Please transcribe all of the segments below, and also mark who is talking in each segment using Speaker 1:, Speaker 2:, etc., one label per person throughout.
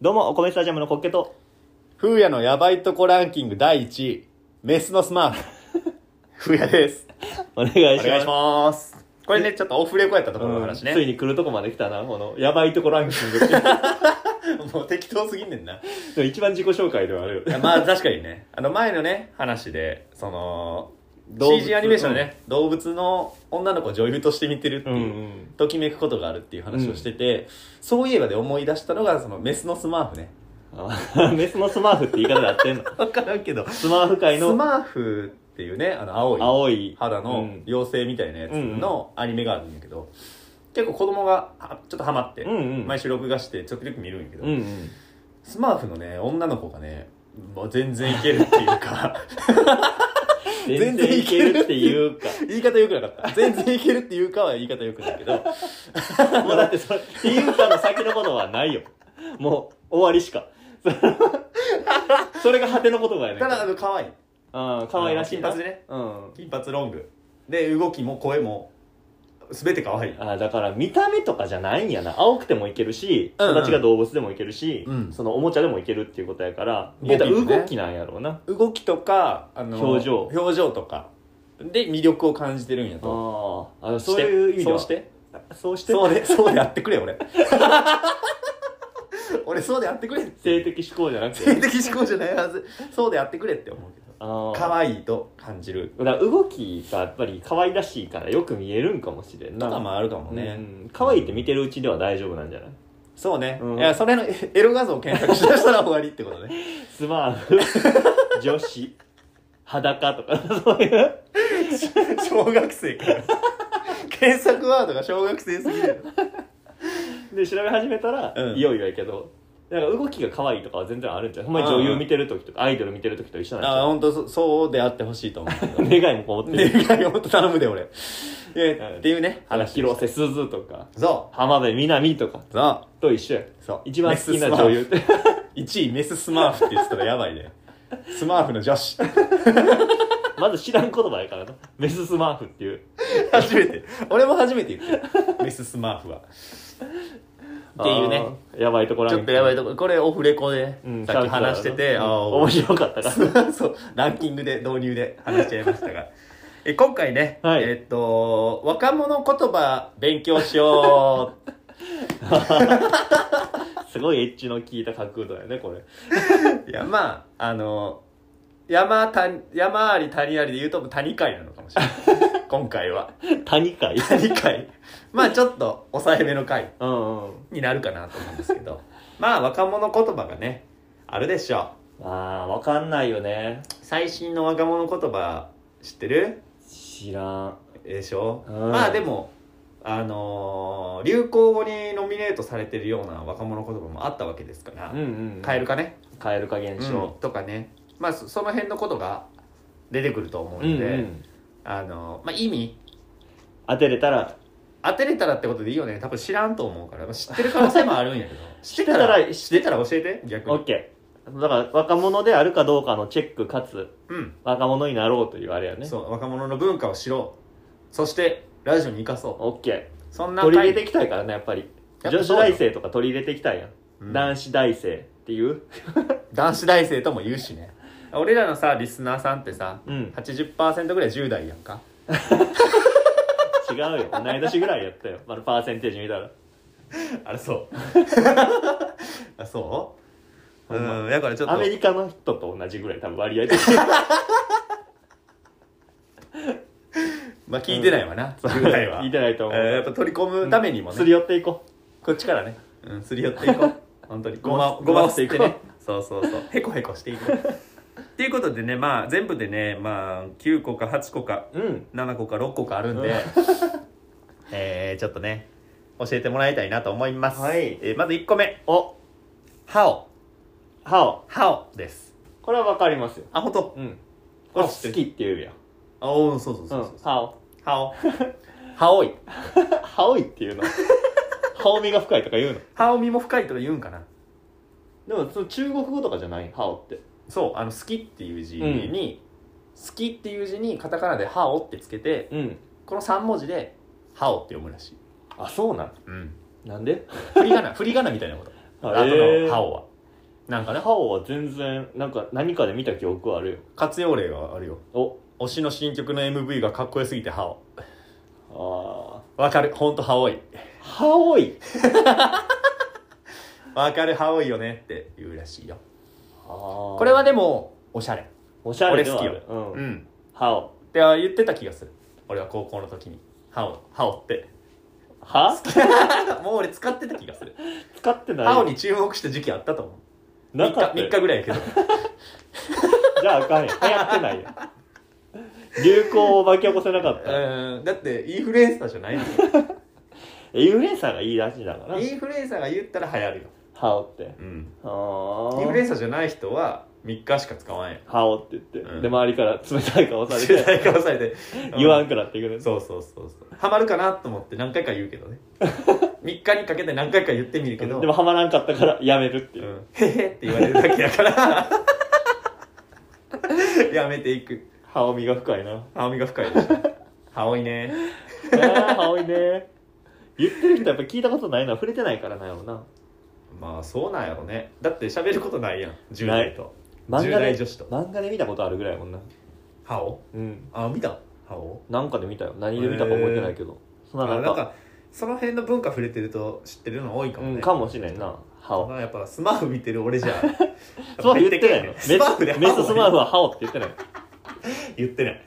Speaker 1: どうも、お米スタジアムのコッケと、
Speaker 2: 風やのやばいとこランキング第1位、メスのスマーフ。 風やです。
Speaker 1: お願いし
Speaker 2: お
Speaker 1: ます。
Speaker 2: 願いします。これね、ちょっとオフレコやったところの話
Speaker 1: うん
Speaker 2: ね。
Speaker 1: ついに来るとこまで来たな、この、やばいとこランキングって。
Speaker 2: もう適当すぎんねんな。い
Speaker 1: でも 一番自己紹介ではあるよね。
Speaker 2: やまあ確かにね、あの前のね、話で、その、
Speaker 1: 動物
Speaker 2: CG アニ メーションでね、動物の女の子を女優として見てるって
Speaker 1: う
Speaker 2: い
Speaker 1: ん
Speaker 2: う、
Speaker 1: うん。
Speaker 2: ときめくことがあるっていう話をしてて、そういえばで思い出したのが、そのメスのスマーフね。
Speaker 1: あメスのスマーフって言い方で合ってん の。
Speaker 2: わからんけど、
Speaker 1: スマーフ界
Speaker 2: ス
Speaker 1: の
Speaker 2: マーフっていうね、あの青い。
Speaker 1: 青い。
Speaker 2: 肌
Speaker 1: う
Speaker 2: の
Speaker 1: ん
Speaker 2: 妖精みたいなやつのアニメがあるんやけど、結構子供がはちょっとハマって、
Speaker 1: うんうん
Speaker 2: 毎週録画してちょくちょく見るんやけど、
Speaker 1: うんうん。
Speaker 2: スマーフのね女の子がねもう全然いけるっていうか
Speaker 1: 全
Speaker 2: 全
Speaker 1: 然
Speaker 2: 然
Speaker 1: い
Speaker 2: い
Speaker 1: け
Speaker 2: け
Speaker 1: る
Speaker 2: る
Speaker 1: っていうか。
Speaker 2: 言い方よくなかった全然いけるっていうかは言い方よくない けど
Speaker 1: もうだってそれ、っていうかの先のことはないよ。もう、終わりしか。 それが果ての言葉やね。
Speaker 2: ただあの可愛い
Speaker 1: うん、可愛らしいな。
Speaker 2: 金髪ね
Speaker 1: うん。
Speaker 2: 金髪ロングで動きも声も全て可愛い
Speaker 1: あーだから見た目とかじゃないんやな青くてもいけるし
Speaker 2: うんうん
Speaker 1: 形が動物でもいけるし、
Speaker 2: うん
Speaker 1: そのおもちゃでもいけるっていうことやから、
Speaker 2: 動きもね
Speaker 1: 言うたら動きなんやろうな
Speaker 2: 動きとかあの
Speaker 1: 表情
Speaker 2: 表情とかで魅力を感じてるん
Speaker 1: あ
Speaker 2: やと
Speaker 1: ーあのそういう意味では
Speaker 2: そうして
Speaker 1: そうして
Speaker 2: そうで、そうでやってくれ、俺。 俺、そうでやってくれって。
Speaker 1: 性的思考じゃなく
Speaker 2: 性
Speaker 1: て
Speaker 2: 的思考じゃないはず。そうでやってくれって思うけど。
Speaker 1: あ
Speaker 2: 可
Speaker 1: あ
Speaker 2: 愛いと感じる。
Speaker 1: だから動きがやっぱり可愛らしいからよく見えるんかもしれん
Speaker 2: と
Speaker 1: な
Speaker 2: かもあるかもね。
Speaker 1: うん、可愛いって見てるうちでは大丈夫なんじゃない
Speaker 2: そうね。
Speaker 1: うん
Speaker 2: いや、それのエエロ画像を検索しだしたら終わりってこと ね。
Speaker 1: スマー フ女子裸とかそういう
Speaker 2: 小学生から。検索ワードが小学生すぎる。
Speaker 1: で調べ始めたら、
Speaker 2: うん
Speaker 1: いよいよやけどなんか動きが可愛いとかは全然あるんじゃんほんまに女優見てる時とかアイドル見てる時と一緒
Speaker 2: あ、
Speaker 1: なん
Speaker 2: 本当そそうであってほしいと思うけ ど。
Speaker 1: じゃん願いもこもってる
Speaker 2: 願いを本当頼むで、俺。いや
Speaker 1: うん
Speaker 2: っていうね、話。
Speaker 1: 広瀬すずとか
Speaker 2: そ
Speaker 1: 浜辺美波とか
Speaker 2: う。そう。
Speaker 1: と一緒やん
Speaker 2: そう
Speaker 1: 一番好きな女優って
Speaker 2: 1位メススマーフって言ってたらやばいねスマーフの 女子
Speaker 1: まず知らん言葉やからなメススマーフっていう
Speaker 2: 初めて俺も初めて言ってメススマーフはっていうね
Speaker 1: あーやばいところ
Speaker 2: ちょっとやばい
Speaker 1: と
Speaker 2: とここれオフレコで、
Speaker 1: うん
Speaker 2: さっき話してて、
Speaker 1: うん
Speaker 2: ああ
Speaker 1: 面白かったから
Speaker 2: そうランキングで導入で話しちゃいましたがえ今回ね、
Speaker 1: はい
Speaker 2: えっと若者言葉勉強しよう
Speaker 1: すごいエッジの効いた角度やねこれ
Speaker 2: いやまああの山谷山あり谷ありで言うと谷会なのかもしれない 今回は
Speaker 1: 谷かい
Speaker 2: 谷会まあちょっと抑えめの回
Speaker 1: うんうん
Speaker 2: になるかなと思うんですけどまあ若者言葉がねあるでしょ
Speaker 1: あーわかんないよね
Speaker 2: う最新の若者言葉知ってる
Speaker 1: 知らん
Speaker 2: でしょ、う
Speaker 1: うん
Speaker 2: まあでもあのー流行語にノミネートされてるような若者言葉もあったわけですから
Speaker 1: うんうん
Speaker 2: 「蛙、かね
Speaker 1: カエル化現象、
Speaker 2: とかねまあそその辺のことが出てくると思う
Speaker 1: うん
Speaker 2: で、
Speaker 1: ん
Speaker 2: あのーまあ、意味
Speaker 1: 当てれたら
Speaker 2: 当てれたらってことでいいよね多分知らんと思うからまあ知ってる可能性もあるんやけ ど知ってたら知ってたら教えて逆
Speaker 1: オッ
Speaker 2: に
Speaker 1: ケーだから若者であるかどうかのチェックかつ
Speaker 2: うん
Speaker 1: 若者になろうというあれやね
Speaker 2: そう若者の文化を知ろうそしてラジオに生かそ
Speaker 1: オッケ
Speaker 2: うそ
Speaker 1: ー
Speaker 2: んな
Speaker 1: 取り入れ
Speaker 2: 回
Speaker 1: ていきたいからねやっぱり
Speaker 2: やっ
Speaker 1: 女子
Speaker 2: ぱそうだ
Speaker 1: 大生とか取り入れていきたいやん、
Speaker 2: うん
Speaker 1: 男子大生っていう
Speaker 2: 男子大生とも言うしね俺らのさリスナーさんってさ
Speaker 1: うん
Speaker 2: 80%ぐらい10代やんか
Speaker 1: 違うよ 同い年ぐらいやったよまだパーセンテージ見たら
Speaker 2: あれそう あそう
Speaker 1: ほんま
Speaker 2: うんだからちょっ
Speaker 1: ア
Speaker 2: と
Speaker 1: メリカの人と同じぐらい多分割合で
Speaker 2: まあ聞いてないわな、10代は
Speaker 1: 聞いてないと
Speaker 2: え
Speaker 1: 思う、
Speaker 2: ーやっぱ取り込むためにも
Speaker 1: す
Speaker 2: ね
Speaker 1: り寄っていこ
Speaker 2: こっちからねうんすり寄っていこ う本当にごま
Speaker 1: ご
Speaker 2: ご
Speaker 1: ま
Speaker 2: ま
Speaker 1: を
Speaker 2: を
Speaker 1: 吸
Speaker 2: 吸
Speaker 1: っ
Speaker 2: ってて
Speaker 1: ね
Speaker 2: ねそうそうそうへこへこしていこうっていうことでねまあ全部でねまあ9個か8個か
Speaker 1: ううん
Speaker 2: 7個か6個かあるんで、
Speaker 1: うん
Speaker 2: えーちょっとね教えてもらいたいなと思います、
Speaker 1: はい
Speaker 2: えーまず1個目
Speaker 1: お
Speaker 2: 「ハオ
Speaker 1: 歯を」
Speaker 2: 「ハオ」です
Speaker 1: これはわかりますよ
Speaker 2: あ本当。
Speaker 1: うんこれ好
Speaker 2: 知ってる
Speaker 1: きっていうやん
Speaker 2: あおそうそうそう
Speaker 1: う、
Speaker 2: そうん
Speaker 1: 歯を
Speaker 2: ハ オハオイ
Speaker 1: 歯多いって いうの歯を身が深いとか言うの
Speaker 2: ハオミも深いとか言うんかな
Speaker 1: でもその中国語とかじゃないハオって
Speaker 2: そうあの「好き」っていう字に「好き」っていう字にカタカナで「ハオ」ってつけて
Speaker 1: うん
Speaker 2: この3文字で「ハオ」って読むらしい
Speaker 1: あそうなん
Speaker 2: うん
Speaker 1: なんで
Speaker 2: 振り仮名振り仮名みたいなことあとの「ハオはなんかね
Speaker 1: 覇王は全然なんか何かで見た記憶はあるよ
Speaker 2: 活用例があるよ
Speaker 1: お
Speaker 2: 推しの新曲の MV がかっこよすぎて歯を
Speaker 1: あ
Speaker 2: わかるほんと歯多い
Speaker 1: あ覇王い
Speaker 2: わかる歯多いよねって言うらしいよ
Speaker 1: こ
Speaker 2: これはでもおしゃれ
Speaker 1: おしゃれではあ
Speaker 2: 俺
Speaker 1: るうん
Speaker 2: うん
Speaker 1: 覇王
Speaker 2: って言ってた気がする俺は高校の時に歯を歯をって
Speaker 1: は
Speaker 2: もう俺使ってた気がする
Speaker 1: 使ってない
Speaker 2: 歯をに注目した時期あったと思う
Speaker 1: なかった
Speaker 2: 3日
Speaker 1: よ
Speaker 2: 3日ぐらいやけど
Speaker 1: じゃああ かんやん流行ってないやん流行を巻き起こせなかった
Speaker 2: うんだってインフルエンサーじゃないの よ
Speaker 1: インフルエンサーがいいらしいだから
Speaker 2: インフルエンサーが言ったら流行るよ、
Speaker 1: 覇王って
Speaker 2: うん、
Speaker 1: あ
Speaker 2: インフルエ
Speaker 1: ー
Speaker 2: ンサーじゃない人は3日しか使わんよ
Speaker 1: 覇王って言って、
Speaker 2: うん
Speaker 1: で周りから冷たい顔 され
Speaker 2: 世
Speaker 1: て
Speaker 2: 代化されて
Speaker 1: 言わん
Speaker 2: か
Speaker 1: くなってくる
Speaker 2: そうそうそうそうハマるかなと思って何回か言う けどね3日にかけて何回か言ってみるけど
Speaker 1: でもハマらんかったからやめるって
Speaker 2: う
Speaker 1: い
Speaker 2: ん
Speaker 1: う、
Speaker 2: へへって言われるだけだから やめていく
Speaker 1: 歯を磨くかいな
Speaker 2: 歯みが深いでしょ歯多いね
Speaker 1: ああ歯多いね言ってる人やっぱ聞いたことないのは触れてないからなんやろな
Speaker 2: まあそうなんやろねだって喋ることないやん10代と
Speaker 1: 漫
Speaker 2: 10
Speaker 1: 画
Speaker 2: 代
Speaker 1: で
Speaker 2: 女子と
Speaker 1: 漫画で見たことあるぐらいやもんな
Speaker 2: 歯を
Speaker 1: うん
Speaker 2: あ見た歯を
Speaker 1: なんかで見たよ何で見たか覚えてないけど、そんな
Speaker 2: あ
Speaker 1: なん
Speaker 2: なん
Speaker 1: か
Speaker 2: かその辺の文化触れてると知ってるの多いかも
Speaker 1: う
Speaker 2: ね、
Speaker 1: ん、かもしれんな歯を
Speaker 2: まあやっぱスマーフ見てる 俺じゃ
Speaker 1: スマフ言ってないの
Speaker 2: スマーフで
Speaker 1: メスメススマーフ
Speaker 2: は
Speaker 1: は歯をって言ってないの
Speaker 2: 言ってない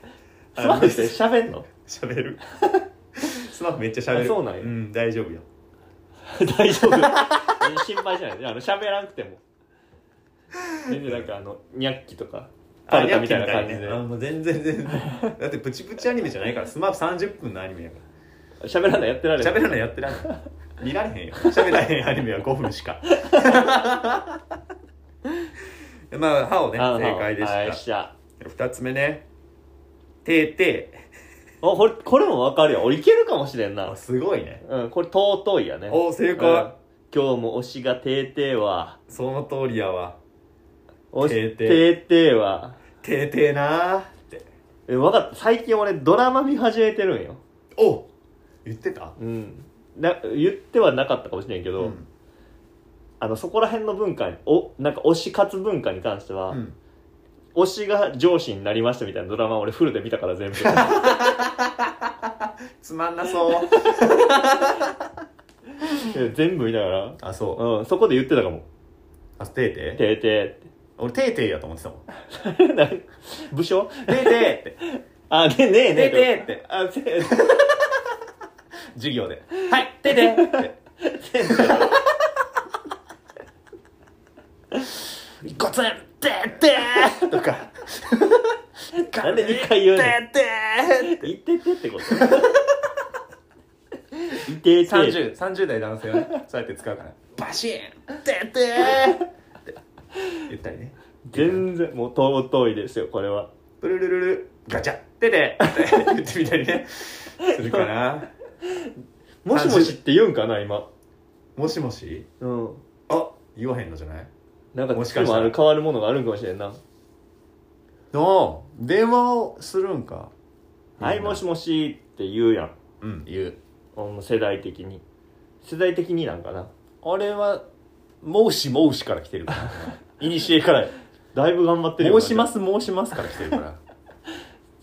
Speaker 1: スマフって喋んの
Speaker 2: 喋る スマーフめっちゃ喋る
Speaker 1: あそうなんや
Speaker 2: うん大丈夫よ
Speaker 1: 大丈夫心配じゃないあの喋らなくても全然なんかあのニャッキとかパルタみたいな感じで
Speaker 2: あもう全然全然だってプチプチアニメじゃないからスマーフ30分のアニメやか
Speaker 1: 喋らないやってら
Speaker 2: ら
Speaker 1: れ
Speaker 2: 喋
Speaker 1: る
Speaker 2: らないやってらんない見られへんよ喋らへんアニメは5分しか まあ歯をね
Speaker 1: あ
Speaker 2: 正解でし
Speaker 1: はい
Speaker 2: た
Speaker 1: よっしゃ
Speaker 2: 二つ目ねてーて
Speaker 1: おこれこれもわかるよ俺いけるかもしれん
Speaker 2: ー
Speaker 1: な
Speaker 2: あすごいね
Speaker 1: うんこれ尊いやね
Speaker 2: お正
Speaker 1: うん
Speaker 2: 解
Speaker 1: 今日も推しがてーてーは
Speaker 2: その通りやわ
Speaker 1: 推
Speaker 2: てー
Speaker 1: して
Speaker 2: ー
Speaker 1: てーてーは
Speaker 2: てーてーなーって
Speaker 1: えわかった最近俺ドラマ見始めてるんよ
Speaker 2: お言ってた
Speaker 1: うんな言ってはなかったかもしれんけ
Speaker 2: う
Speaker 1: ど、あのそこら辺の文化におなんか推し活文化に関しては、
Speaker 2: うん
Speaker 1: 推しが上司になりましたみたいなドラマ俺フルで見たから 全部
Speaker 2: つまんなそう
Speaker 1: え全部見ながら、
Speaker 2: あそう
Speaker 1: うん、そこで言ってたかも
Speaker 2: あてー
Speaker 1: 「
Speaker 2: てー
Speaker 1: てーて
Speaker 2: 俺てーてーやと思ってたもんて
Speaker 1: ー」 な武将
Speaker 2: ーてーって
Speaker 1: あねねえねえ
Speaker 2: てーてーって
Speaker 1: あせ
Speaker 2: 授業で「はいてーてー」って「ゴツンてーてー」とか
Speaker 1: なんで二回言うね
Speaker 2: てーて
Speaker 1: いててってこといてて
Speaker 2: ーって30代男性は ねそうやって使うから「バシーンてーてー」って言ったりね
Speaker 1: 全然もう尊いですよこれは
Speaker 2: プルルルルガチャててって言ってみたりねするかな
Speaker 1: もしもしって言うんかな今
Speaker 2: もしもし
Speaker 1: うん
Speaker 2: あ言わへんのじゃない
Speaker 1: なんか
Speaker 2: も
Speaker 1: も
Speaker 2: し
Speaker 1: し
Speaker 2: かしたら
Speaker 1: もある変わるものがあるんかもしれんな
Speaker 2: の電話をするんか
Speaker 1: 「はいもしもし」って言うやん
Speaker 2: うん言う
Speaker 1: うん世代的に世代的になんかな
Speaker 2: あれは「もうしもうし」から来てる からいにしえから
Speaker 1: だいぶ頑張ってる
Speaker 2: 申しますす申しますから来てるから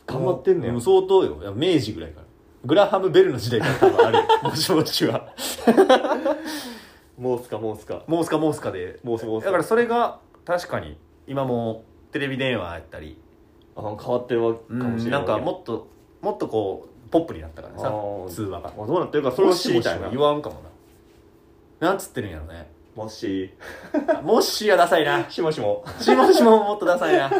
Speaker 1: 頑張ってんの
Speaker 2: でも
Speaker 1: よ
Speaker 2: 相当よいや明治ぐらいからグラハム・ベルの時代から多分あるよもしもしは
Speaker 1: もうすかもうすか
Speaker 2: モースカモースカで
Speaker 1: もうすかもうすか
Speaker 2: だからそれが確かに今もテレビ電話やったり
Speaker 1: あ変わってるわか
Speaker 2: か
Speaker 1: もしれ
Speaker 2: なんかも
Speaker 1: っ
Speaker 2: っともっとこうポップになったから
Speaker 1: あ
Speaker 2: さ
Speaker 1: ー
Speaker 2: 通話が
Speaker 1: とどうなってるかそれを知りたいな
Speaker 2: もしもしは言わんかもななんつってるんやろね
Speaker 1: もし
Speaker 2: もっしーはダサいな
Speaker 1: しもしも
Speaker 2: しもしももっとダサいな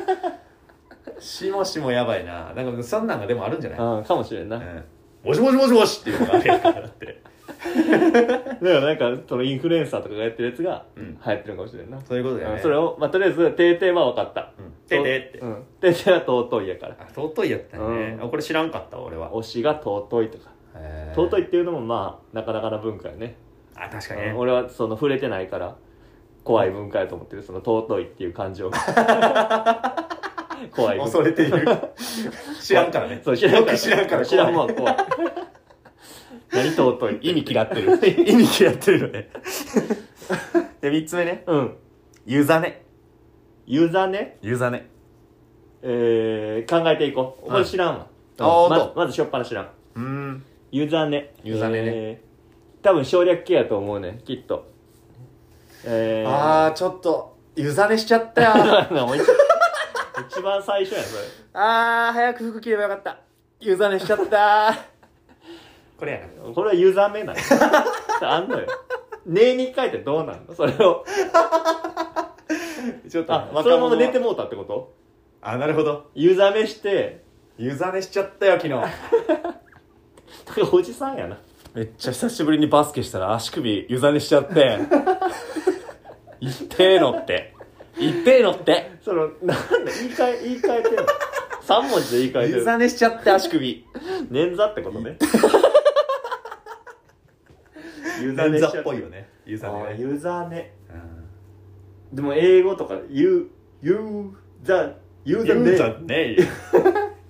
Speaker 2: しもしもやばいななんかそんなんがでもあるんじゃない、
Speaker 1: あかもしれんな
Speaker 2: うん、もしもしもしもしっていうのがあるやんからだって、
Speaker 1: だからなんかそのインフルエンサーとかがやってるやつが
Speaker 2: うん、
Speaker 1: 流行ってるかもしれんな、
Speaker 2: そういうことだよ
Speaker 1: う
Speaker 2: ね
Speaker 1: んそれ
Speaker 2: を
Speaker 1: を、まあ、とりあえず「てーてー」は分かった
Speaker 2: 「てて」って、
Speaker 1: うん「てーてー」は尊いやから
Speaker 2: あ尊いやったね、
Speaker 1: うん
Speaker 2: あこれ知らんかったわ俺は
Speaker 1: 推しが尊いとか
Speaker 2: へー
Speaker 1: 尊いっていうのもまあなかなかな文化やね、
Speaker 2: あ確かに
Speaker 1: う
Speaker 2: ね
Speaker 1: ん、俺はその触れてないから怖い文化やと思ってるその尊いっていう感情が 怖い文化
Speaker 2: 恐れてい る知らんからね
Speaker 1: そう知らん
Speaker 2: よ
Speaker 1: から
Speaker 2: く知らんから
Speaker 1: 知らんも
Speaker 2: 怖
Speaker 1: んは 怖い何尊い
Speaker 2: い意味嫌ってる意味嫌ってるよねで3つ目ね
Speaker 1: うん
Speaker 2: 湯ざね
Speaker 1: 湯ざね、
Speaker 2: 湯ざね
Speaker 1: えー、考えていこう。
Speaker 2: はい
Speaker 1: 俺知らんわ。
Speaker 2: あー
Speaker 1: ま
Speaker 2: ほんと
Speaker 1: まずしょっぱな知らん。
Speaker 2: うーん
Speaker 1: 湯ざね。
Speaker 2: 湯ざねね
Speaker 1: えー多分省略系やと思うね、きっと。えー、
Speaker 2: ああちょっと湯ざねしちゃっ たよ
Speaker 1: もう一一番最初やん、それ。
Speaker 2: あー早く服着ればよかった湯ざねしちゃったこれやな
Speaker 1: これは湯ざめなのあんのよ根に書いてどうなんのそれを
Speaker 2: ちょっと
Speaker 1: あ
Speaker 2: 若
Speaker 1: その
Speaker 2: 者
Speaker 1: ま
Speaker 2: は
Speaker 1: ま寝てもうたってこと
Speaker 2: あなるほど
Speaker 1: 湯ざめして
Speaker 2: 湯ざねしちゃったよ昨日
Speaker 1: おじさんやな
Speaker 2: めっちゃ久しぶりにバスケしたら足首湯ざねしちゃって 痛えのって痛えのって
Speaker 1: そのなんで言い換え言い換えてんの3文字で言い換えて
Speaker 2: 湯ざ
Speaker 1: る
Speaker 2: ねしちゃって足首
Speaker 1: 捻挫ってことね湯
Speaker 2: 捻
Speaker 1: しちゃ
Speaker 2: 挫っぽいよね湯
Speaker 1: あ
Speaker 2: ざ
Speaker 1: ー
Speaker 2: ね
Speaker 1: 湯ざね
Speaker 2: うん
Speaker 1: でも英語とか湯湯ざ湯ざ
Speaker 2: ユーザ
Speaker 1: ね
Speaker 2: ーネイ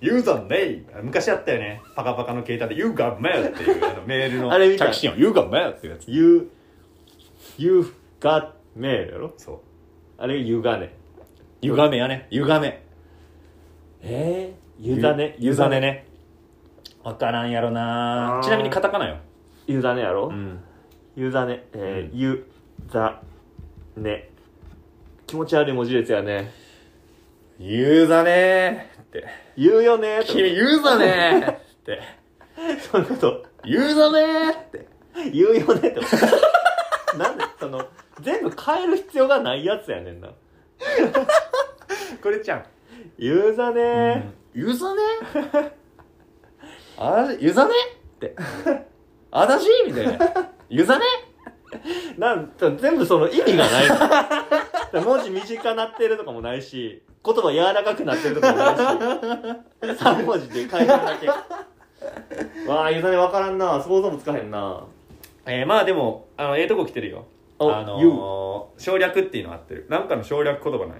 Speaker 2: ユーザーネイ昔あったよねパカパカの携帯で「You got mail」っていうあのメール
Speaker 1: あれ
Speaker 2: の
Speaker 1: 見た
Speaker 2: 着信音「You got mail」っていうやつ
Speaker 1: 湯湯がめやろ
Speaker 2: そう
Speaker 1: あれが湯がね
Speaker 2: ゆがめやねゆがめ
Speaker 1: えー、湯ざね
Speaker 2: ゆざねねわからんやろな
Speaker 1: あー
Speaker 2: ちなみにカタカナよ
Speaker 1: ゆざねやろ、
Speaker 2: ん
Speaker 1: ゆざねえー
Speaker 2: う
Speaker 1: ゆざね気持ち悪い文字列やね
Speaker 2: ユーザーねーって
Speaker 1: 言うよねーと
Speaker 2: 君ユーザーねーって
Speaker 1: そのこと
Speaker 2: ユーザーねーって
Speaker 1: 言うよねと なんでその全部変える必要がないやつやねんな
Speaker 2: これちゃん
Speaker 1: ゆうざねー、
Speaker 2: ユーザーねーあユーザーねーってあたしみたいなユーザーねー
Speaker 1: なんと全部その意味がないのだから 文字短なってるとかもないし言葉柔らかくなってるとかも ないし3文字で変えるだけ わあゆうざね分からんな想像もつかへんな
Speaker 2: えー、まあでもあのええとこ来てるよあ
Speaker 1: あ
Speaker 2: の
Speaker 1: you
Speaker 2: ー、省略っていうのあってるなんかの省略言葉ない、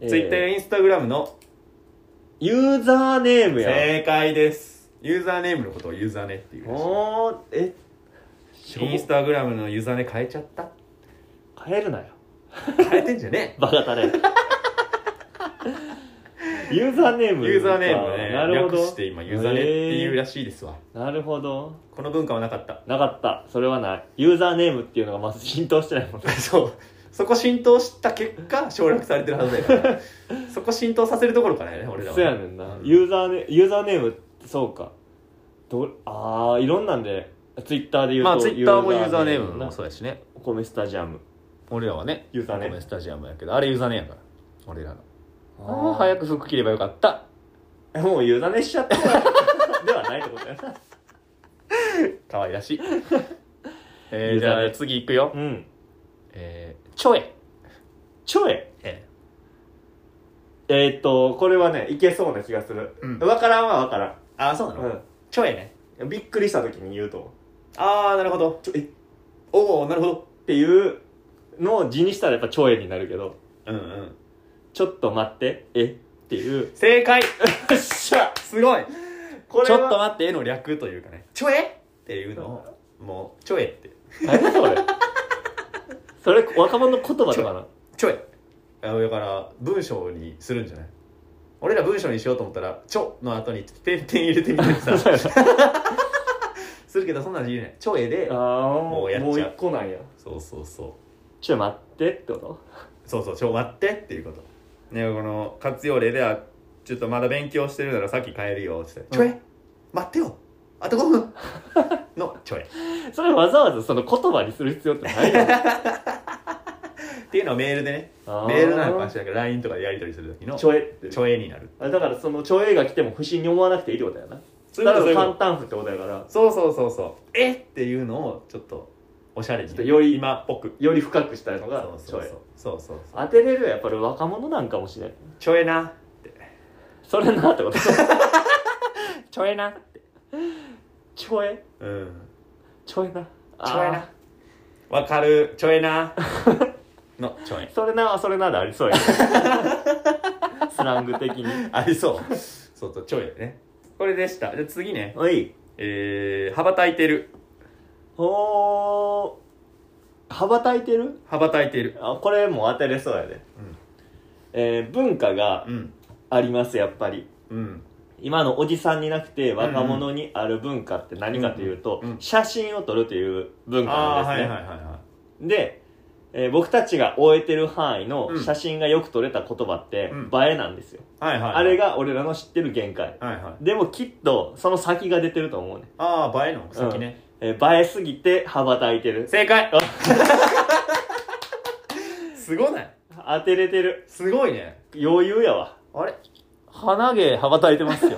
Speaker 1: えー
Speaker 2: Twitter や Instagram の
Speaker 1: ユーザーネームや
Speaker 2: 正解ですユーザーネームのことをユーザーネっていうらしい
Speaker 1: おーえしょ
Speaker 2: インスタグラムのユーザーネ変えちゃった
Speaker 1: 変えるなよ
Speaker 2: 変えてんじゃ ね
Speaker 1: バカタレ ユーザーネー
Speaker 2: え
Speaker 1: ム
Speaker 2: ユーザーネームを
Speaker 1: なる
Speaker 2: ね
Speaker 1: ほど
Speaker 2: 略して今ユーザーネっていうらしいですわ、
Speaker 1: なるほど
Speaker 2: この文化はなかった
Speaker 1: なかったそれはないユーザーネームっていうのがまず浸透してないもん
Speaker 2: そうそこ浸透した結果省略されてるはずだよ なそこ浸透させるところからやね俺らは
Speaker 1: そうやねんな、
Speaker 2: うん
Speaker 1: ユーザーネユーザーネームってそうかどああいろんなんでツイッターで言うと、
Speaker 2: まあツイッターもユーザーネーム
Speaker 1: な
Speaker 2: もそうやしね
Speaker 1: お米スタジアム
Speaker 2: 俺らはね
Speaker 1: ユーザーネーム
Speaker 2: ごめんスタジアムやけどあれユーザーネームやから俺らのああ
Speaker 1: く
Speaker 2: 早く服着ればよかった
Speaker 1: もうユーザーネしちゃ ったではないってことやな
Speaker 2: 可愛ら しいえ
Speaker 1: ユー
Speaker 2: ー、じ
Speaker 1: ザーネ
Speaker 2: ゃあ次行くよ
Speaker 1: うん
Speaker 2: えー、ちょえ
Speaker 1: ちょえ
Speaker 2: え
Speaker 1: えー、っと、これはね、いけそうな気がする。
Speaker 2: うん
Speaker 1: わからんはわから。
Speaker 2: ああそうなんちょえね
Speaker 1: うん。びっくりした時に言うと思う。
Speaker 2: ああなるほど
Speaker 1: ちょ、えっ
Speaker 2: おおなるほど
Speaker 1: ていうのを字にしたらやっぱ超えになるけど、
Speaker 2: うんうん
Speaker 1: ちょっと待って、えって いう。よ
Speaker 2: 正解
Speaker 1: っしゃ
Speaker 2: すごい
Speaker 1: こ
Speaker 2: ち
Speaker 1: れ
Speaker 2: ょっと
Speaker 1: は、
Speaker 2: 待ってえの略というかねちょえっていうのをもうちょえって
Speaker 1: 何それそれ若者の言葉とかな。
Speaker 2: ちょえあだから文章にするんじゃない俺ら文章にしようと思ったら「ちょ」の後に点々入れてみたりさ するけどそんなんじゃない「ちょえ」で
Speaker 1: ああ、も
Speaker 2: もう
Speaker 1: う
Speaker 2: やっちゃう
Speaker 1: もう一個なんや。
Speaker 2: そうそうそう
Speaker 1: ちょ、待ってってこ
Speaker 2: そうそうちょ待ってっていうことねこの活用例ではちょっとまだ勉強してるならさっき帰るよって
Speaker 1: ちょえ
Speaker 2: 待ってよあと5分 のちょえ
Speaker 1: とそれわざわざその言葉にする必要ってない やん
Speaker 2: っていうのはメールでね
Speaker 1: あ
Speaker 2: メールなんかはしないけど LINE とかでやり取りする時の
Speaker 1: ちょえって。
Speaker 2: ちょえになる
Speaker 1: あだからそのちょえが来ても不審に思わなくていいってことやな。
Speaker 2: そ
Speaker 1: だから
Speaker 2: う
Speaker 1: 簡単符ってことやから。
Speaker 2: そうそうそうそうえっていうのをちょっとおしゃれに
Speaker 1: ちょっとより
Speaker 2: 今っぽく
Speaker 1: より深くしたいの
Speaker 2: そう
Speaker 1: がち
Speaker 2: そ
Speaker 1: ょ
Speaker 2: う
Speaker 1: い
Speaker 2: そうそうそう
Speaker 1: 当てれるやっぱり若者なんかもしれん
Speaker 2: ちょえな
Speaker 1: それなって こと
Speaker 2: ちょえな
Speaker 1: ちょえ
Speaker 2: うん
Speaker 1: ちょえな
Speaker 2: ち
Speaker 1: あ
Speaker 2: ょえ
Speaker 1: ー
Speaker 2: なわかるちょえなのちょえ
Speaker 1: それなはそれなでありそうや スラング的に
Speaker 2: ありそう。そうそう、ちょいね。これでした。じゃあ次ね。
Speaker 1: おい
Speaker 2: えー、羽ばたいてる。
Speaker 1: おー羽ばたいてる
Speaker 2: 羽ばたいている
Speaker 1: あこれもう当てれそうやで、
Speaker 2: うん
Speaker 1: えー文化が
Speaker 2: うん
Speaker 1: ありますやっぱり
Speaker 2: うん
Speaker 1: 今のおじさんになくて若者にある文化って何かというと、
Speaker 2: うんうん
Speaker 1: 写真を撮るという文化
Speaker 2: あ
Speaker 1: な
Speaker 2: あ
Speaker 1: んです
Speaker 2: は
Speaker 1: ね、
Speaker 2: いはいはいは
Speaker 1: で、えー僕たちが終えてる範囲の
Speaker 2: うん
Speaker 1: 写真がよく撮れた言葉って、
Speaker 2: うん
Speaker 1: 映えなんですよ、
Speaker 2: いはいはい
Speaker 1: あれが俺らの知ってる限界
Speaker 2: はいはい
Speaker 1: でもきっとその先が出てると思うね、
Speaker 2: ああ映えの先ね、
Speaker 1: えー映えすぎて羽ばたいてる
Speaker 2: 正解
Speaker 1: あ
Speaker 2: すごない
Speaker 1: 当てれてる
Speaker 2: すごいね
Speaker 1: 余裕やわ
Speaker 2: あれ
Speaker 3: 鼻毛羽ばたいてますよ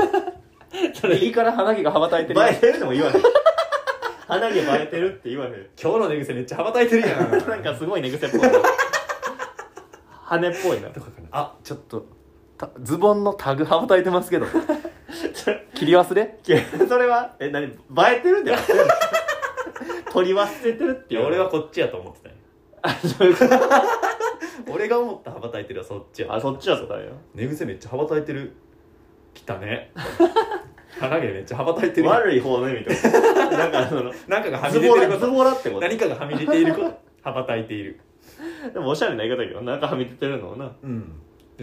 Speaker 3: 右から鼻毛が羽ばたい
Speaker 1: 映
Speaker 3: てるよ
Speaker 1: えてるっても言わへん 鼻毛映えてるって言わへん
Speaker 2: 今日の出癖めっちゃ羽ばたいてるやん
Speaker 1: なんかすごい寝癖っぽいな羽っぽいな
Speaker 2: どこかなあ
Speaker 3: ちょっとたズボンのタグ羽ばたいてますけど切り忘れ
Speaker 1: いやそれはえ何映えてるんだよ 取り忘れてるっ
Speaker 2: い
Speaker 1: ていう
Speaker 2: や俺はこっちやと思ってたよ
Speaker 1: あそういうこと
Speaker 2: 俺が思った羽ばたいてるはそっちや
Speaker 1: あそっちだったんよ
Speaker 2: 寝癖めっちゃ羽ばたいてるきたね鼻毛めっちゃ羽ばたいてるやん
Speaker 1: 悪い方の意味とかなんかその
Speaker 2: なんかがはみ
Speaker 1: ズ
Speaker 2: 出
Speaker 1: ボ
Speaker 2: てる
Speaker 1: ラ
Speaker 2: こ
Speaker 1: ズ
Speaker 2: と
Speaker 1: ボラってこ
Speaker 2: 何かがはみ出ていること羽ばたいている
Speaker 1: とでもおしゃれな言い方だけど中はみ出てるのもな
Speaker 2: うん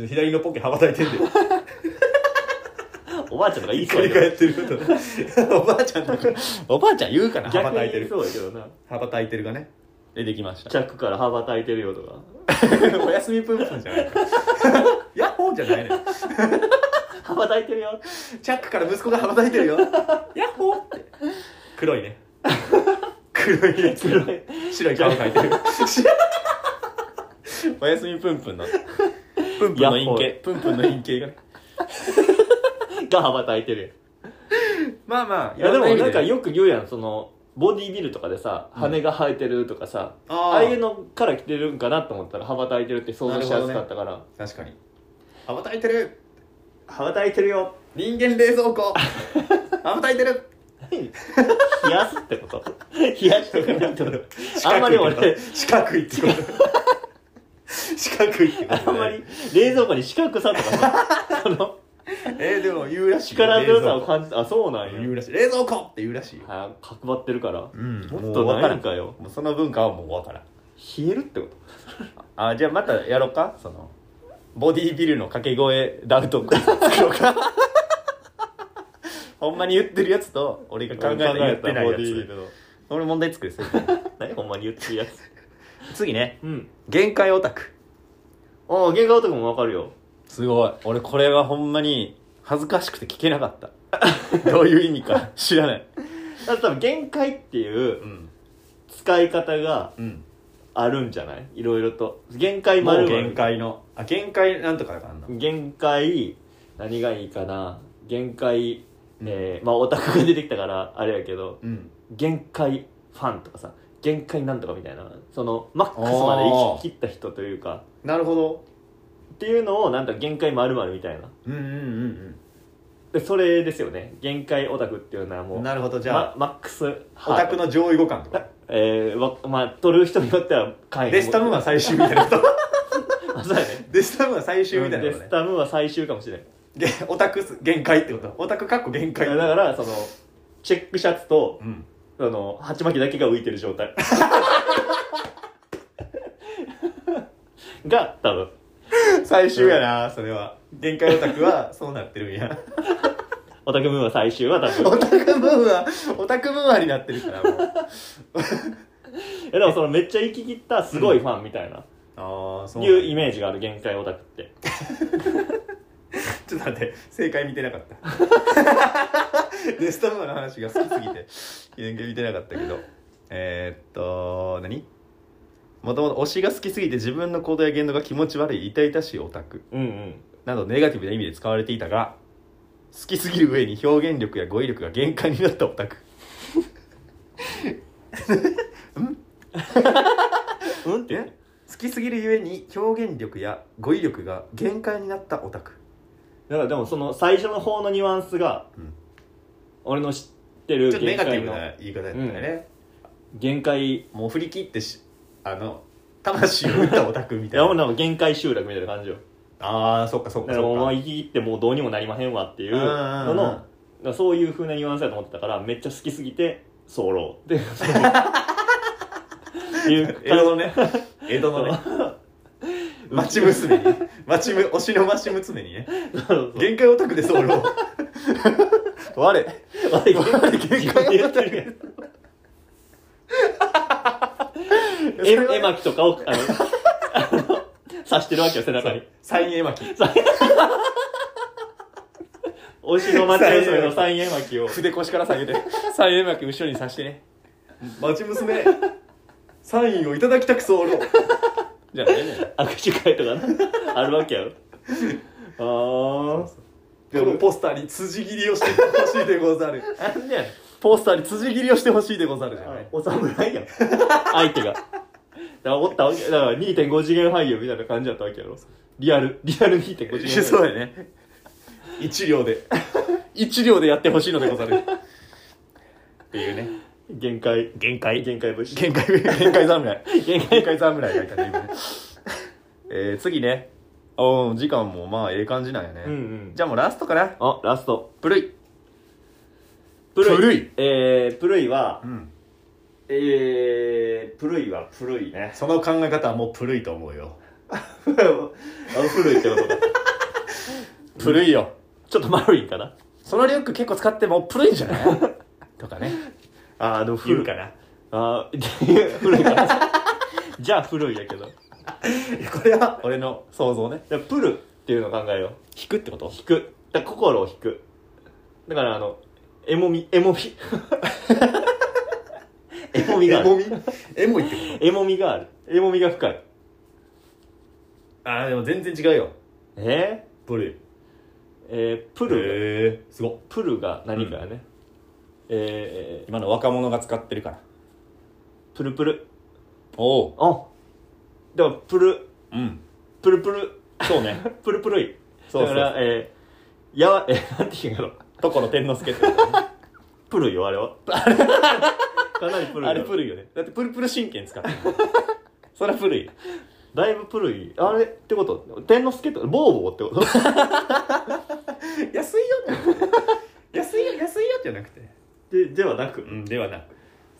Speaker 2: 左のポケ羽ばたいてるんだよ
Speaker 1: おばあちゃんとか言い
Speaker 2: こ
Speaker 1: そう
Speaker 2: れ
Speaker 1: や
Speaker 2: が
Speaker 1: け
Speaker 2: やってること おばあちゃんとかおばあちゃん言うかな
Speaker 1: ど
Speaker 2: 羽
Speaker 1: 逆
Speaker 2: ばた
Speaker 1: に
Speaker 2: いて
Speaker 1: 言い
Speaker 2: る
Speaker 1: そうやけどな
Speaker 2: 羽ばたいてるがね
Speaker 3: 出てきました
Speaker 1: チャックから羽ばたいてるよとか
Speaker 2: おやすみぷんぷんじゃない ヤッホーじゃないのよ
Speaker 1: 羽ばたいてるよ
Speaker 2: チャックから息子が羽ばたいてるよヤッホーって黒いね黒いやつ
Speaker 1: 黒い
Speaker 2: 白い顔描いてる
Speaker 3: おやすみぷんぷんのぷんぷんの陰
Speaker 1: やっ
Speaker 3: 茎ぷんぷんの陰茎が
Speaker 1: が羽ばたいてる
Speaker 2: まあまあ
Speaker 1: やんいやでもなんか
Speaker 2: よ
Speaker 1: よく言うやんそのボディビルとかでさ羽が生えてるとかさ、あ
Speaker 2: あ
Speaker 1: あいう
Speaker 2: の
Speaker 1: のから来てるんかなと思ったら羽ばたいてるって想像しやすかったから、
Speaker 2: 確かに羽ばたいてる
Speaker 1: 羽ばたいてるよ
Speaker 2: 人間冷蔵庫羽ばたいてる
Speaker 1: 冷やすってこと 冷やしとかないってこと あんまり俺
Speaker 2: 四角いってこと四角いってことね
Speaker 1: あんまり冷蔵庫に四角さとかさその
Speaker 2: えーでも言うらしいよ
Speaker 1: 力強さ
Speaker 2: 冷
Speaker 1: を
Speaker 2: 蔵庫
Speaker 1: 感じたあそうなん
Speaker 2: 言
Speaker 1: や
Speaker 2: うらしい冷蔵庫って言うらしいよ
Speaker 1: は角張ってるから
Speaker 2: うん
Speaker 1: も
Speaker 2: も
Speaker 1: っ
Speaker 2: っ
Speaker 1: と
Speaker 2: と
Speaker 1: な
Speaker 2: ないい
Speaker 1: ん
Speaker 2: ん
Speaker 1: かよ
Speaker 2: もうその文化はもう分からん
Speaker 1: 冷えるってこ
Speaker 3: あじゃあまたやろうかそのボディビルの掛け声ダウトクイズ作ろう かほんまに言ってるやつと俺が
Speaker 1: と
Speaker 3: 考えた言ってないや
Speaker 1: 考えたボディビ
Speaker 3: つ
Speaker 1: ルの
Speaker 3: 俺問題作 るそれ
Speaker 1: 何ほんまに言ってるやつ
Speaker 3: 次ね
Speaker 1: うん
Speaker 3: 限界オタク
Speaker 1: ああ原画男もわかるよ
Speaker 3: すごい俺これはほんまに恥ずかしくて聞けなかったどういう意味か知らない
Speaker 1: だって多分限界っていう
Speaker 2: うん
Speaker 1: 使い方が
Speaker 2: うん
Speaker 1: あるんじゃないいろいろと限界
Speaker 2: も
Speaker 1: 丸
Speaker 2: う
Speaker 1: 々
Speaker 2: 限界のあ限界なんとかかんな
Speaker 1: 限界何がいいかな限界えーまあオタクが出てきたからあれやけど
Speaker 2: うん
Speaker 1: 限界ファンとかさ限界なんとかみたいなそのマックスまで行き切った人というか
Speaker 2: なるほど
Speaker 1: っていうのをなんか限界まるみたいな
Speaker 2: うんうんうん
Speaker 1: でそれですよね限界オタクっていうのは
Speaker 2: う
Speaker 1: も
Speaker 2: ん
Speaker 1: う
Speaker 2: なるほどじゃあ、
Speaker 1: まマックス
Speaker 2: オタク
Speaker 1: の
Speaker 2: の上位互換とか
Speaker 1: えー、わまあ取る人によっては会
Speaker 2: デスタムは最終みたいなこと
Speaker 1: そうやね
Speaker 2: デスタムは最終みたいな
Speaker 1: デ
Speaker 2: こと
Speaker 1: ス
Speaker 2: ね
Speaker 1: タムは最終かもしれない
Speaker 2: げオタクす限界ってことオタクかっこ限
Speaker 1: だ
Speaker 2: 界
Speaker 1: からそのチェックシャツと
Speaker 2: うん
Speaker 1: あの鉢巻きだけが浮いてる状態が多分
Speaker 2: 最終やなそれは限界オタクはそうなってるんや
Speaker 1: オタクムーンは最終は多分
Speaker 2: オタクムーンはオタクムーンはになってるからもう
Speaker 1: えでもそのめっちゃ行き切ったすごいファンみたいな、
Speaker 2: ああそ
Speaker 1: いうイメージがある限界オタクって
Speaker 2: ちょっと待って正解見てなかったデスタムーアの話が好きすぎて限界見てなかったけどえー、っと何もともと推しが好きすぎて自分の行動や言動が気持ち悪い痛々しいオタク
Speaker 1: うんうん
Speaker 2: などネガティブな意味で使われていたが好きすぎる上に表現力や語彙力が限界になったオタク
Speaker 1: うんって
Speaker 2: え好きすぎるゆえに表現力や語彙力が限界になったオタク
Speaker 1: だからでもその最初の方のニュアンスが、
Speaker 2: うん
Speaker 1: 俺の知ってる
Speaker 2: ちょっとネ
Speaker 1: 限
Speaker 2: ガテ
Speaker 1: 界
Speaker 2: ィブ
Speaker 1: の
Speaker 2: な言い方やったよね、
Speaker 1: 限界い
Speaker 2: もう振り切ってしあの魂を打ったオタクみたい
Speaker 1: やもう
Speaker 2: な
Speaker 1: なんか限界集落みたいな感じよ
Speaker 2: ああそっかそっ
Speaker 1: だ
Speaker 2: か
Speaker 1: から
Speaker 2: そ
Speaker 1: お
Speaker 2: っか
Speaker 1: 前生き切ってもうどうにもなりまへんわっていう
Speaker 2: うんうん
Speaker 1: の
Speaker 2: うん
Speaker 1: のだからそういう風な ニュアンスやと思ってたからめっちゃ好きすぎて候っていう
Speaker 2: 江戸のね江戸のね町娘に町む推しの町娘にね
Speaker 1: そうそう
Speaker 2: 限界オタクです俺も我
Speaker 1: あれ限界を言ってるやん絵絵巻とかを あのあの刺してるわけよ背中に
Speaker 2: サイン絵巻
Speaker 1: 推しの町娘の三円巻を
Speaker 3: 筆腰から下げ て三円巻後ろに刺してね
Speaker 2: 町娘サインをいただきたくそう俺も
Speaker 3: じゃあね
Speaker 1: 握手会とか なあるわけやろああ
Speaker 2: このポスターに辻切りをしてほしいでござる
Speaker 1: なんでやねん
Speaker 3: ポスターに辻切りをしてほしいでござるじゃない
Speaker 1: お侍やん相手がだからおったわけだから2.5次元俳優みたいな感じだったわけやろリアルリアル2.5次元
Speaker 3: そううやね
Speaker 2: 一両で
Speaker 3: 一両でやってほしいのでござる
Speaker 2: っていうね
Speaker 1: 限界限界限界節
Speaker 3: 限界限界侍
Speaker 1: 限
Speaker 3: 限
Speaker 1: 界
Speaker 3: 界侍がいたね今ねえー、次ねおー時間もまあええ感じなんやね、
Speaker 1: うんうん
Speaker 3: じゃあもうラストかな
Speaker 1: あラスト
Speaker 3: プルイ
Speaker 1: プ
Speaker 3: ルイ
Speaker 1: えー、プルイは
Speaker 2: うん
Speaker 1: えー、プルイはプルイ ね
Speaker 2: その考え方はもう古いと思うよ
Speaker 1: あのプルイってことか
Speaker 3: プルイよ
Speaker 1: ちょっと丸いんかな
Speaker 3: そのリュック結構使ってもプルイじゃない とかね
Speaker 1: あーでも古い
Speaker 2: 言
Speaker 1: う
Speaker 2: かな
Speaker 1: あー古いかなじゃあ古いやけど
Speaker 2: いやこれは
Speaker 3: 俺の想像ね
Speaker 1: じゃあプルっていうのを考えよう
Speaker 3: 引くってこと
Speaker 1: 引くだから心を引くだからあのエモみエモみエモみが
Speaker 2: エ
Speaker 1: ある
Speaker 2: モみエモいってこ
Speaker 1: エモみがあるエモみが深い
Speaker 2: とああでも全然違うよ
Speaker 1: え
Speaker 2: 古い
Speaker 1: ー、えー、プル、
Speaker 2: へえすごっ
Speaker 1: プルが何かやね、えー、
Speaker 3: 今の若者が使ってるから
Speaker 1: プルプル
Speaker 3: おお
Speaker 1: あだからプル
Speaker 3: うん
Speaker 1: プルプル
Speaker 3: そうね
Speaker 1: プルプルい
Speaker 3: そうそう
Speaker 1: だからえー、やわえー、なんて言うんやろ
Speaker 3: 所天之助ってことね
Speaker 1: プルよあ れはかなりプルよ
Speaker 3: あれプルイよねだってプルプル神経 使ってるそりゃプルイ
Speaker 1: だいぶプルいあれってこと天之助ってボーボーって こと
Speaker 2: 安いよって安いよ安いよじゃなくて
Speaker 1: でではなく
Speaker 2: うんではなく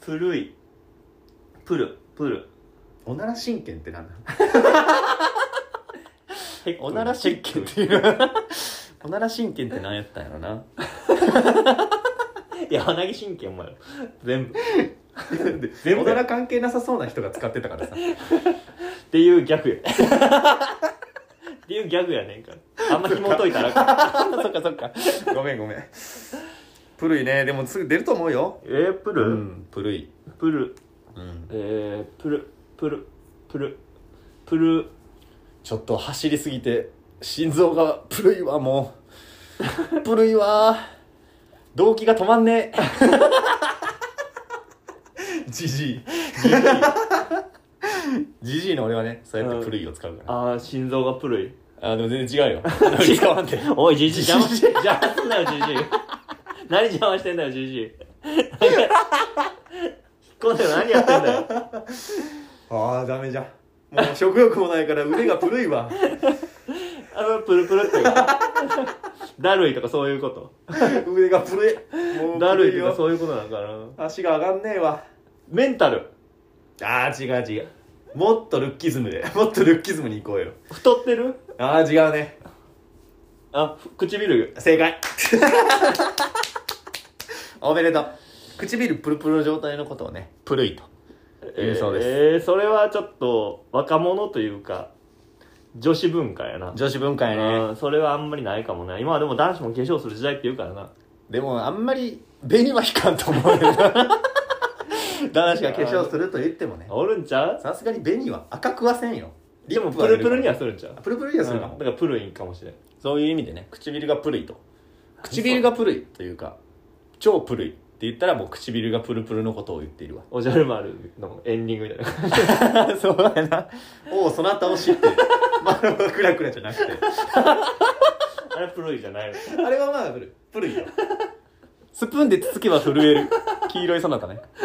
Speaker 1: プルイプルプル
Speaker 2: おなら神剣ってなんだ
Speaker 3: おなら神経っていう おなら神経って何やったんやろ な
Speaker 1: いや鼻毛神経お前全部っ
Speaker 2: 全部おなら関係なさそうな人が使ってたからさ
Speaker 1: ていうギ ャグやっていうギャグやねんからあんま紐解いたらあかん
Speaker 3: そっかそっか
Speaker 2: ごめんごめんプルイねでもすぐ出ると思うよ
Speaker 1: えー、プル、
Speaker 2: プルイ
Speaker 1: プル
Speaker 2: うん
Speaker 1: えー、プルプルプルプル
Speaker 3: ちょっと走りすぎて心臓がプルイはもうプルイは動機が止まん ねえ
Speaker 2: ジジイ
Speaker 3: ジジイの俺はねそうやってプルイを使うから、
Speaker 1: ああ心臓がプルイ
Speaker 3: あでも全然違うよ動機使わんで
Speaker 1: おいじじい邪魔
Speaker 3: ジ
Speaker 1: し邪魔すんなよじじい何邪魔してんだよじじい引っ込んでる何やってんだよ
Speaker 2: ああダメじゃもう食欲もないから腕がプルイわ
Speaker 1: あのプルプルっていうかだるいとかそういうこと
Speaker 2: 腕がプルイもう
Speaker 1: だ
Speaker 2: プル
Speaker 1: る
Speaker 2: イ
Speaker 1: いとか
Speaker 2: よ
Speaker 1: そういうことなんかな
Speaker 2: 足が上がんねえわ
Speaker 1: メンタル
Speaker 2: あー違う違うもっとルッキズムでもっとルッキズムに行こうよ
Speaker 1: 太ってる
Speaker 2: あー違うね
Speaker 1: あふ唇
Speaker 2: 正解 おめでとう唇プルプルの状態のことをねプルイと言うそうです
Speaker 1: えー、それはちょっと若者というか女子文化やな
Speaker 3: 女子文化やね
Speaker 1: うんそれはあんまりないかもね今はでも男子も化粧する時代っていうからな
Speaker 3: でもあんまり紅は引かんと思うよな
Speaker 2: 男子が化粧すると言ってもね
Speaker 1: おるんちゃう
Speaker 2: さすがに紅は赤くはせんよ
Speaker 1: でもプルプルには
Speaker 2: す
Speaker 1: するんちゃう
Speaker 2: プルプルにはするか
Speaker 1: う
Speaker 2: も
Speaker 1: んだからプルインかもしれん
Speaker 3: そういう意味でね唇がプルイと唇がプルイというか超プルイって言ったらもう唇がプルプルのことを言ってい るわ
Speaker 1: おじゃる丸のエンディングみたいな
Speaker 3: そうやな
Speaker 2: おおそなたを知ってるまあ クラクラじゃなくて
Speaker 1: あれプルイじゃないの
Speaker 2: あれはまあプルプルイよ
Speaker 3: スプーンでつつけば震える黄色いそなたね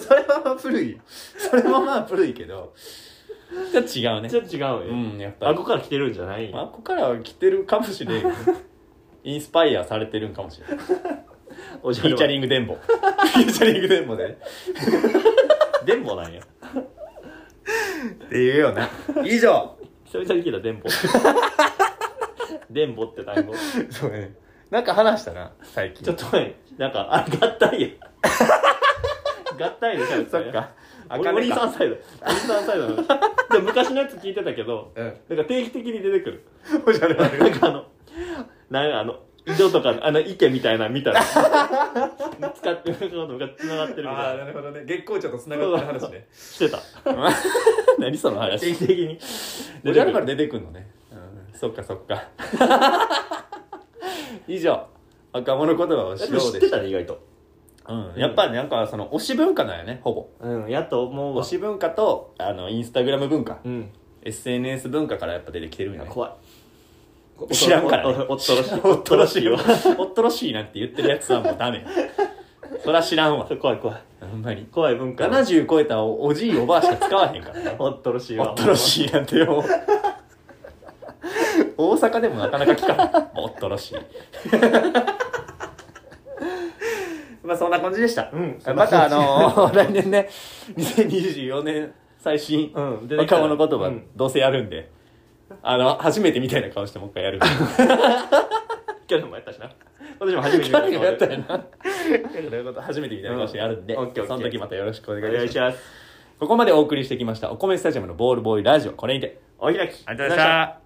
Speaker 2: それはまあプルイよそれはまあプルイけど
Speaker 3: じゃあ違うね
Speaker 1: ちょっと違うよ、
Speaker 3: うんやっぱ
Speaker 1: あ
Speaker 3: り
Speaker 1: こから来てるんじゃない
Speaker 3: まあここからは来てるかもしれん インスパイアされてるんかもしれん フ
Speaker 1: おじゃ
Speaker 3: ィ
Speaker 1: る
Speaker 3: ーチャ
Speaker 1: 丸
Speaker 3: リング電ボフィーチャリング電ボで
Speaker 1: 電ボなんや
Speaker 4: っていうような以上
Speaker 1: 久々に聞いた電 報電報って単語ち
Speaker 4: そうねなんか話したな最近
Speaker 1: ょっと前なんかあ合体や合体でしょ
Speaker 4: そっか
Speaker 1: 俺お兄さんサイドお兄さんサイドので昔のやつ聞いてたけど
Speaker 4: うん
Speaker 1: なんか定期的に出てくる
Speaker 4: おしゃれ
Speaker 1: なんかあのなんかあの井戸とかあの池みたいなの見たら使ってることが繋がってるみ
Speaker 4: あ
Speaker 1: た
Speaker 4: あ
Speaker 1: いな
Speaker 4: なるほどね月光町とつながってる話ね
Speaker 1: してた
Speaker 2: 何その
Speaker 1: 定
Speaker 2: 話
Speaker 1: 期的に
Speaker 2: おじゃるから出てくんのね
Speaker 4: そっかそっか
Speaker 2: 以上若者言葉を
Speaker 1: で
Speaker 2: し
Speaker 1: も
Speaker 2: よう
Speaker 1: 知っ
Speaker 2: で
Speaker 1: て
Speaker 2: した
Speaker 1: たね意外と
Speaker 2: うんやっぱなんかその推し文化なんよねほぼ
Speaker 1: うんやと思うわ
Speaker 2: 推し文化とあのインスタグラム文化
Speaker 1: うん
Speaker 2: SNS 文化からやっぱ出てきてるんやね
Speaker 1: 怖い
Speaker 2: 知らんからね
Speaker 1: おおおっとろしい
Speaker 2: おっとろしい
Speaker 1: よ
Speaker 2: わおっとろしいなんて言ってるやつはもうダメそら知らんわ
Speaker 1: そう怖い怖い
Speaker 2: ほんまに
Speaker 1: 怖い文化
Speaker 2: 70超えたおじいおばあしか使わへんからね
Speaker 1: おっとろしい
Speaker 2: お
Speaker 1: わ
Speaker 2: っとろしいなんてよ大阪でもなかなか聞か ないおっとろしいまあそんな感じでした、
Speaker 1: うん
Speaker 2: またあの ー来年ね2024年最新、
Speaker 1: うん出てきた
Speaker 2: 若
Speaker 1: ら
Speaker 2: 者言葉、
Speaker 1: うん
Speaker 2: どうせやるんであの初めてみたいな顔してもう一回やるん で
Speaker 1: 去年もやったしな今年も初めて見
Speaker 2: 去年もやった よ
Speaker 1: な
Speaker 2: な初めてみたいな顔してやるんで、
Speaker 1: うんオッケーオッケー
Speaker 2: その時またよろしくお
Speaker 1: お
Speaker 2: 願いし
Speaker 1: 願
Speaker 2: ま
Speaker 1: い
Speaker 2: す
Speaker 1: します
Speaker 2: ここまでお送りしてきましたお米スタジアムのボールボーイラジオこれにて
Speaker 1: お開き
Speaker 4: ありがとうございました